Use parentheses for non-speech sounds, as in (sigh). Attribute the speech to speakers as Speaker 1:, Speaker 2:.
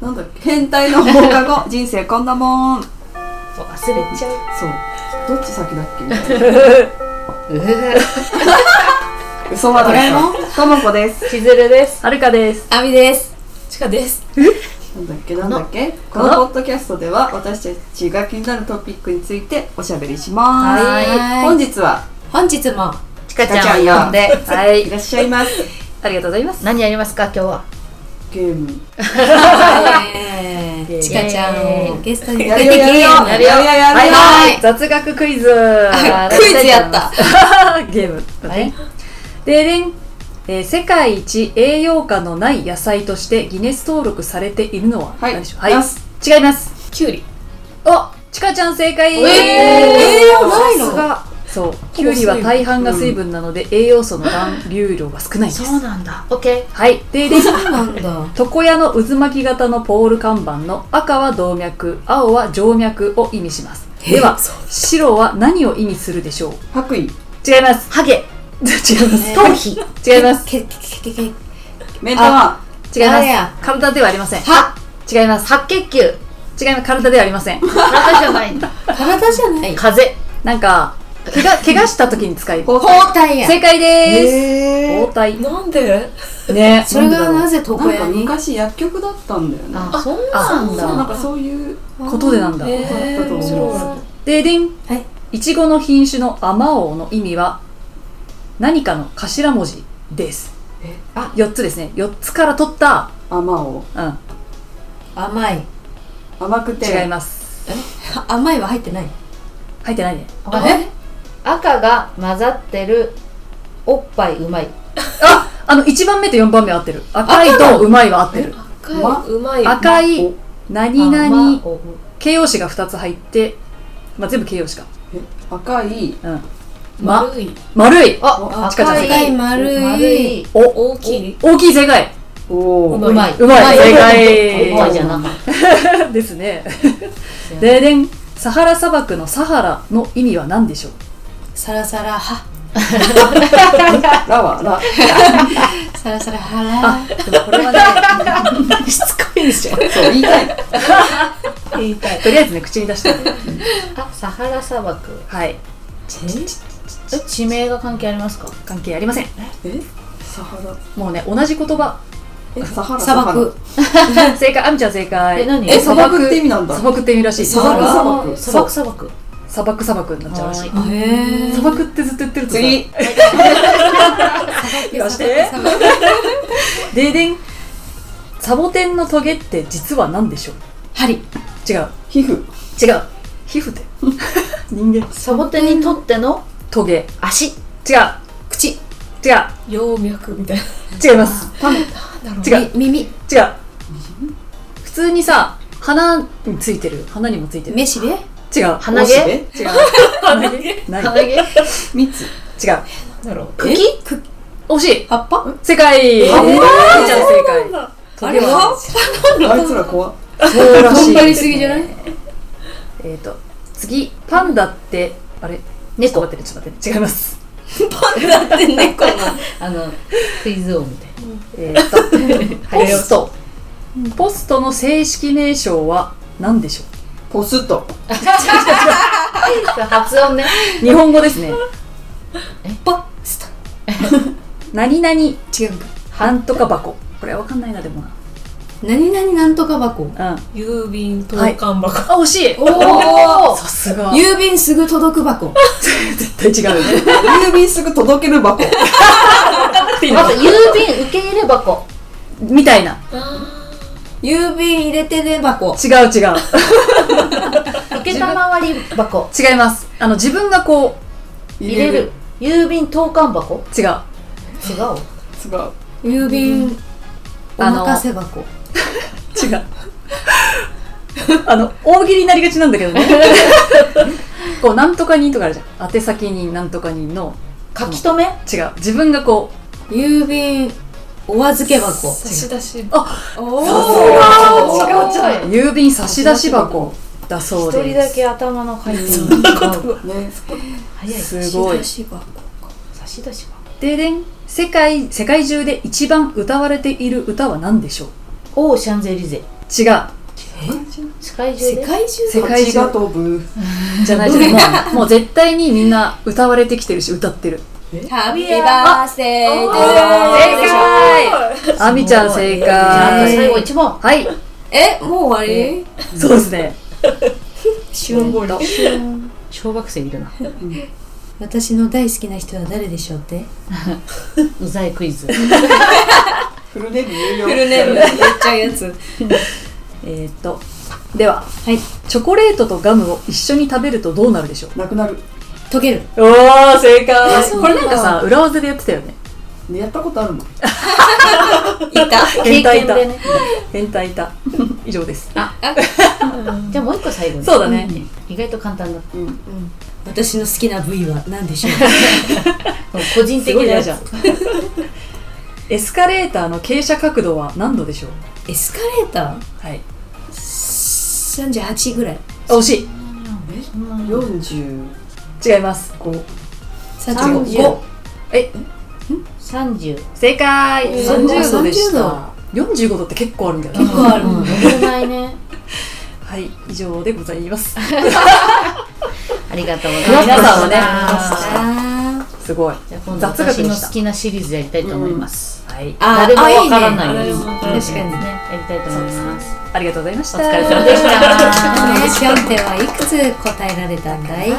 Speaker 1: なんだっけ変態の放課後 (laughs) 人生こんなもんそう
Speaker 2: そう忘れちゃう
Speaker 1: どっち先だっけみ (laughs) たいな
Speaker 2: うー
Speaker 1: (laughs) 嘘はドラえもんともこです
Speaker 2: 千鶴です
Speaker 3: はるかです。
Speaker 4: あみです。ちかです。
Speaker 1: なんだっけなんだっけこのポッドキャストでは私たちが気になるトピックについておしゃべりします
Speaker 3: は
Speaker 4: ーい
Speaker 1: 本日は
Speaker 4: 本日も
Speaker 2: ちか
Speaker 1: ちゃんを呼ん
Speaker 2: で
Speaker 3: はいい
Speaker 1: ら。っしゃいます
Speaker 3: ありがとうございます。
Speaker 2: 何やりますか今日は
Speaker 1: ゲーム
Speaker 2: イエーイ
Speaker 4: ちかちゃんをゲストに迎
Speaker 1: や
Speaker 4: え
Speaker 1: る
Speaker 4: て
Speaker 1: よ
Speaker 4: ゲ
Speaker 1: やるよ
Speaker 4: ーム
Speaker 1: やるよやるよ
Speaker 4: はい
Speaker 2: 雑学クイズ
Speaker 4: あ (laughs) クイズやった。
Speaker 3: ゲーム。
Speaker 2: はい
Speaker 3: ででん、えー世界一栄養価のない野菜としてギネス登録されているのは
Speaker 1: はい
Speaker 3: 何でしょう。
Speaker 1: ナス
Speaker 3: 違います。
Speaker 4: キュウリ。
Speaker 3: お、ちかちゃん正解。
Speaker 4: えー栄養ないの
Speaker 3: さすが。そう、きゅうりは大半が水分なので、栄養素の含有量が少ないんです。
Speaker 2: そうなんだオッケ
Speaker 3: はい。ででん。 (laughs)
Speaker 4: そうなんだ。
Speaker 3: 床屋の渦巻き型のポール看板の赤は動脈青は静脈を意味しますでは白は何を意味するでしょう
Speaker 1: 白衣
Speaker 3: 違います
Speaker 2: ーハゲ
Speaker 3: (laughs) 違います
Speaker 2: 頭皮
Speaker 3: 違います
Speaker 4: けけけけ
Speaker 1: 目玉
Speaker 3: 違いま
Speaker 4: あ
Speaker 3: す
Speaker 4: れや
Speaker 3: 体ではありません
Speaker 4: は
Speaker 3: 違います
Speaker 2: 白血球
Speaker 3: 違います体ではありません
Speaker 2: 体じゃないんだ
Speaker 4: 体じゃない。
Speaker 2: 風邪
Speaker 3: なんか怪我怪我した時に使い
Speaker 1: 包
Speaker 4: 包帯や。
Speaker 3: 正解で
Speaker 1: え
Speaker 3: す包帯
Speaker 4: なんで？
Speaker 3: ね
Speaker 4: (laughs) それがな
Speaker 3: ぜ
Speaker 4: ぜ床
Speaker 1: なん
Speaker 4: 屋
Speaker 1: か
Speaker 4: に？
Speaker 1: 昔薬局だったんだよね
Speaker 2: あそん
Speaker 3: な
Speaker 2: なんん
Speaker 1: そう
Speaker 3: だ
Speaker 1: なん
Speaker 2: だ
Speaker 1: かそういう
Speaker 3: ことでなんだ
Speaker 4: へー
Speaker 1: ことだと思う
Speaker 4: 面白
Speaker 3: ででん
Speaker 4: はい
Speaker 3: いちごの品種のあまおうの意味は何かの頭文字です
Speaker 4: え
Speaker 3: あ4つですね4つから取った
Speaker 1: 甘を
Speaker 3: うん
Speaker 4: い甘い。 (laughs)
Speaker 1: 甘くて
Speaker 3: 違います
Speaker 4: は甘いは入ってない。
Speaker 3: 入ってないね
Speaker 2: あ
Speaker 4: え？
Speaker 2: 赤が混ざってるおっぱいうまい
Speaker 3: ああの1番目と4番目は合ってる赤いとうまいは合ってる
Speaker 1: ま
Speaker 4: うまい
Speaker 3: 赤
Speaker 1: お
Speaker 3: い何
Speaker 2: 甘
Speaker 3: 々
Speaker 2: お
Speaker 3: 形容詞が2つ入ってまあ全部形容詞か
Speaker 1: え赤い
Speaker 3: うんま
Speaker 4: い。
Speaker 3: 丸い
Speaker 2: あ
Speaker 3: ちかちゃん
Speaker 2: 赤
Speaker 3: 正
Speaker 4: 赤い
Speaker 2: い
Speaker 4: 丸い。
Speaker 2: 丸い
Speaker 3: お
Speaker 4: 大きい。
Speaker 3: 大きい正解 (laughs)
Speaker 1: お
Speaker 4: う
Speaker 1: お
Speaker 4: まいう
Speaker 2: まいう
Speaker 3: まい正
Speaker 2: おっぱいじ
Speaker 3: 解
Speaker 2: ゃなかっ
Speaker 3: ですねででんサハラ砂漠のサハラの意味は何でしょう
Speaker 4: サラサラは。
Speaker 2: た
Speaker 1: ラはラ
Speaker 4: サラサラは
Speaker 3: でもこれはね
Speaker 4: ら。しつこいで
Speaker 3: (laughs)
Speaker 4: しょ。
Speaker 1: そう言いたい
Speaker 4: 言いたい。
Speaker 3: とりあえずね口に出したので
Speaker 2: あサハラ砂漠
Speaker 3: はい
Speaker 2: え地名が関係ありますか
Speaker 3: 関係ありません
Speaker 1: えサハラ
Speaker 3: もうね同じ言葉
Speaker 1: えサハラ
Speaker 4: 砂漠。
Speaker 3: 正解あみちゃん正解
Speaker 2: え何
Speaker 1: え砂漠って意味なんだ
Speaker 3: 砂漠って意味らしい
Speaker 1: 砂漠
Speaker 3: 砂
Speaker 1: 漠
Speaker 2: 砂漠砂漠
Speaker 3: 漠砂漠になっちゃうらしい
Speaker 2: は
Speaker 4: へえ。
Speaker 3: 砂漠ってずっと言ってるとさ
Speaker 1: 次
Speaker 3: 言わしてででんサボテンのトゲって実は何でしょう
Speaker 4: 針。
Speaker 3: 違う
Speaker 1: 皮膚
Speaker 3: 違う皮膚って (laughs) 人間
Speaker 2: サボテンにとっての
Speaker 3: トゲ
Speaker 2: 足
Speaker 3: 違う
Speaker 4: 口。
Speaker 3: 違
Speaker 4: 葉脈みたいな。
Speaker 3: う違います違う
Speaker 4: み耳。
Speaker 3: 違う普通にさ鼻についてる鼻にもついてる
Speaker 4: 目しべ。
Speaker 3: 違う
Speaker 2: 鼻
Speaker 1: おし
Speaker 2: 毛
Speaker 1: べ
Speaker 3: 違う鼻毛ない
Speaker 2: 鼻毛
Speaker 1: 蜜
Speaker 3: 違う
Speaker 4: だろう。
Speaker 2: 茎
Speaker 3: 惜しい
Speaker 4: 葉っぱ。
Speaker 3: 正解
Speaker 1: 葉っぱ
Speaker 3: あみちゃん正解
Speaker 4: あれ葉っぱ。
Speaker 1: あいつら怖っ
Speaker 3: そうらしい
Speaker 4: 頑張りすぎじゃない。
Speaker 3: えーと次パンダってあれ猫待ってねちょっと待ってね違います
Speaker 4: だって猫の。
Speaker 2: あのクイズ王みたいな
Speaker 3: えーと (laughs) ポストポストの正式名称は何でしょ
Speaker 1: ポスト
Speaker 2: それ発音ね
Speaker 3: う日本語ですね
Speaker 4: パス
Speaker 3: 何々
Speaker 4: タ。違うか。
Speaker 3: なんとか箱これは分かんないなでも
Speaker 4: 何々なんとか箱。
Speaker 3: なうん
Speaker 5: 郵便投函箱、
Speaker 3: あ惜しい
Speaker 4: おお。
Speaker 3: さすが
Speaker 4: 郵便すぐ届く箱。
Speaker 3: 絶対違うよね
Speaker 1: 郵便すぐ届ける箱
Speaker 2: まず郵便受け入れ (laughs) 箱
Speaker 3: みたいな
Speaker 4: 郵便入れてね箱。
Speaker 3: 違う違う
Speaker 2: 受けたまわり箱
Speaker 3: 違いますあの自分がこ
Speaker 2: 入れる郵便投函箱
Speaker 3: う違う
Speaker 2: 違う
Speaker 1: 違う
Speaker 4: 郵便。お
Speaker 3: あの
Speaker 4: 任せ箱。
Speaker 3: 違うあの大喜利になりがちなんだけどね (laughs) こうなんとか人とかあるじゃん宛先人なんとか人の
Speaker 2: 書き留め
Speaker 3: 違う自分がこう
Speaker 4: 郵便。お預け箱。
Speaker 5: 差し出し
Speaker 4: おお。
Speaker 2: 違う違う
Speaker 3: 郵便差出箱だそう
Speaker 2: 一
Speaker 3: です
Speaker 2: 人だけ頭の回転そ
Speaker 1: ね
Speaker 2: 早い
Speaker 3: すごい
Speaker 4: 差し出し箱
Speaker 2: 差し出し箱
Speaker 3: ででん世界世界中で一番歌われている歌は何でしょう
Speaker 2: オーシャンゼリゼ
Speaker 3: 違う
Speaker 2: 世界中
Speaker 4: 世
Speaker 2: で
Speaker 4: 界中
Speaker 3: 世界
Speaker 1: 街が
Speaker 3: 中
Speaker 1: 飛ぶ
Speaker 3: じゃないじゃないもうもう絶対にみんな歌われてきてるし歌ってる
Speaker 4: 旅バースデー
Speaker 5: おー
Speaker 2: 正解
Speaker 3: あみちゃん正
Speaker 2: あと
Speaker 3: 解
Speaker 2: 最後一問
Speaker 3: はい
Speaker 4: えもう終わり
Speaker 3: そうですね
Speaker 5: 旬盛り
Speaker 3: 小学生いるな
Speaker 4: 私の大好きな人は誰でしょうって
Speaker 2: うざいクイズ (laughs)
Speaker 1: フルネーム言うよ
Speaker 4: ネーム言っちゃうやつ
Speaker 3: えーっとでは、
Speaker 4: い
Speaker 3: チョコレートとガムを一緒に食べるとどうなるでしょう
Speaker 1: なくなる
Speaker 4: 溶ける
Speaker 3: おー正
Speaker 4: あ
Speaker 3: 解
Speaker 4: そう
Speaker 3: こ
Speaker 4: なん
Speaker 3: れ
Speaker 4: だ
Speaker 3: なんかさ裏技でやってたよね
Speaker 1: ねやったことあるの
Speaker 4: い (laughs) た
Speaker 2: 経
Speaker 3: 変態い
Speaker 2: 験
Speaker 3: た
Speaker 2: でね
Speaker 3: 変態いた以上です
Speaker 5: うん
Speaker 2: じゃあもう一個最後に
Speaker 3: そうだね
Speaker 2: 意外と簡単だった
Speaker 4: 私の好きな部位は何でしょう
Speaker 2: 個人的なやつ
Speaker 3: すごい嫌じゃんエスカレーターの傾斜角度は何度でしょう
Speaker 4: エスカレーター
Speaker 3: はい
Speaker 4: 38ぐらい
Speaker 3: あ惜し
Speaker 1: 四十
Speaker 3: い違います
Speaker 4: 35
Speaker 2: 30
Speaker 3: 正解
Speaker 4: えー
Speaker 3: 30度でし
Speaker 4: あ
Speaker 3: た45度って結構あるんだよね
Speaker 4: 結構ある
Speaker 2: うん危ないね
Speaker 3: はい以上でございます
Speaker 2: (laughs) ありがとうございます
Speaker 3: 皆さんはね
Speaker 4: あー
Speaker 3: すごい
Speaker 2: じゃあ今度
Speaker 3: 雑学
Speaker 2: 私
Speaker 3: でした
Speaker 2: の好きなシリーズやりたいと思います、
Speaker 3: はい
Speaker 4: あ
Speaker 2: 誰も
Speaker 4: あいいね
Speaker 2: わからないように、
Speaker 5: あいいね確
Speaker 4: か
Speaker 2: (laughs) ね、
Speaker 4: に
Speaker 2: やりたいと思います
Speaker 3: ありがとうございまし
Speaker 2: お
Speaker 3: た
Speaker 2: 疲れ様でした
Speaker 4: ね、
Speaker 2: (laughs)
Speaker 4: シャンテはいくつ答えられたんだい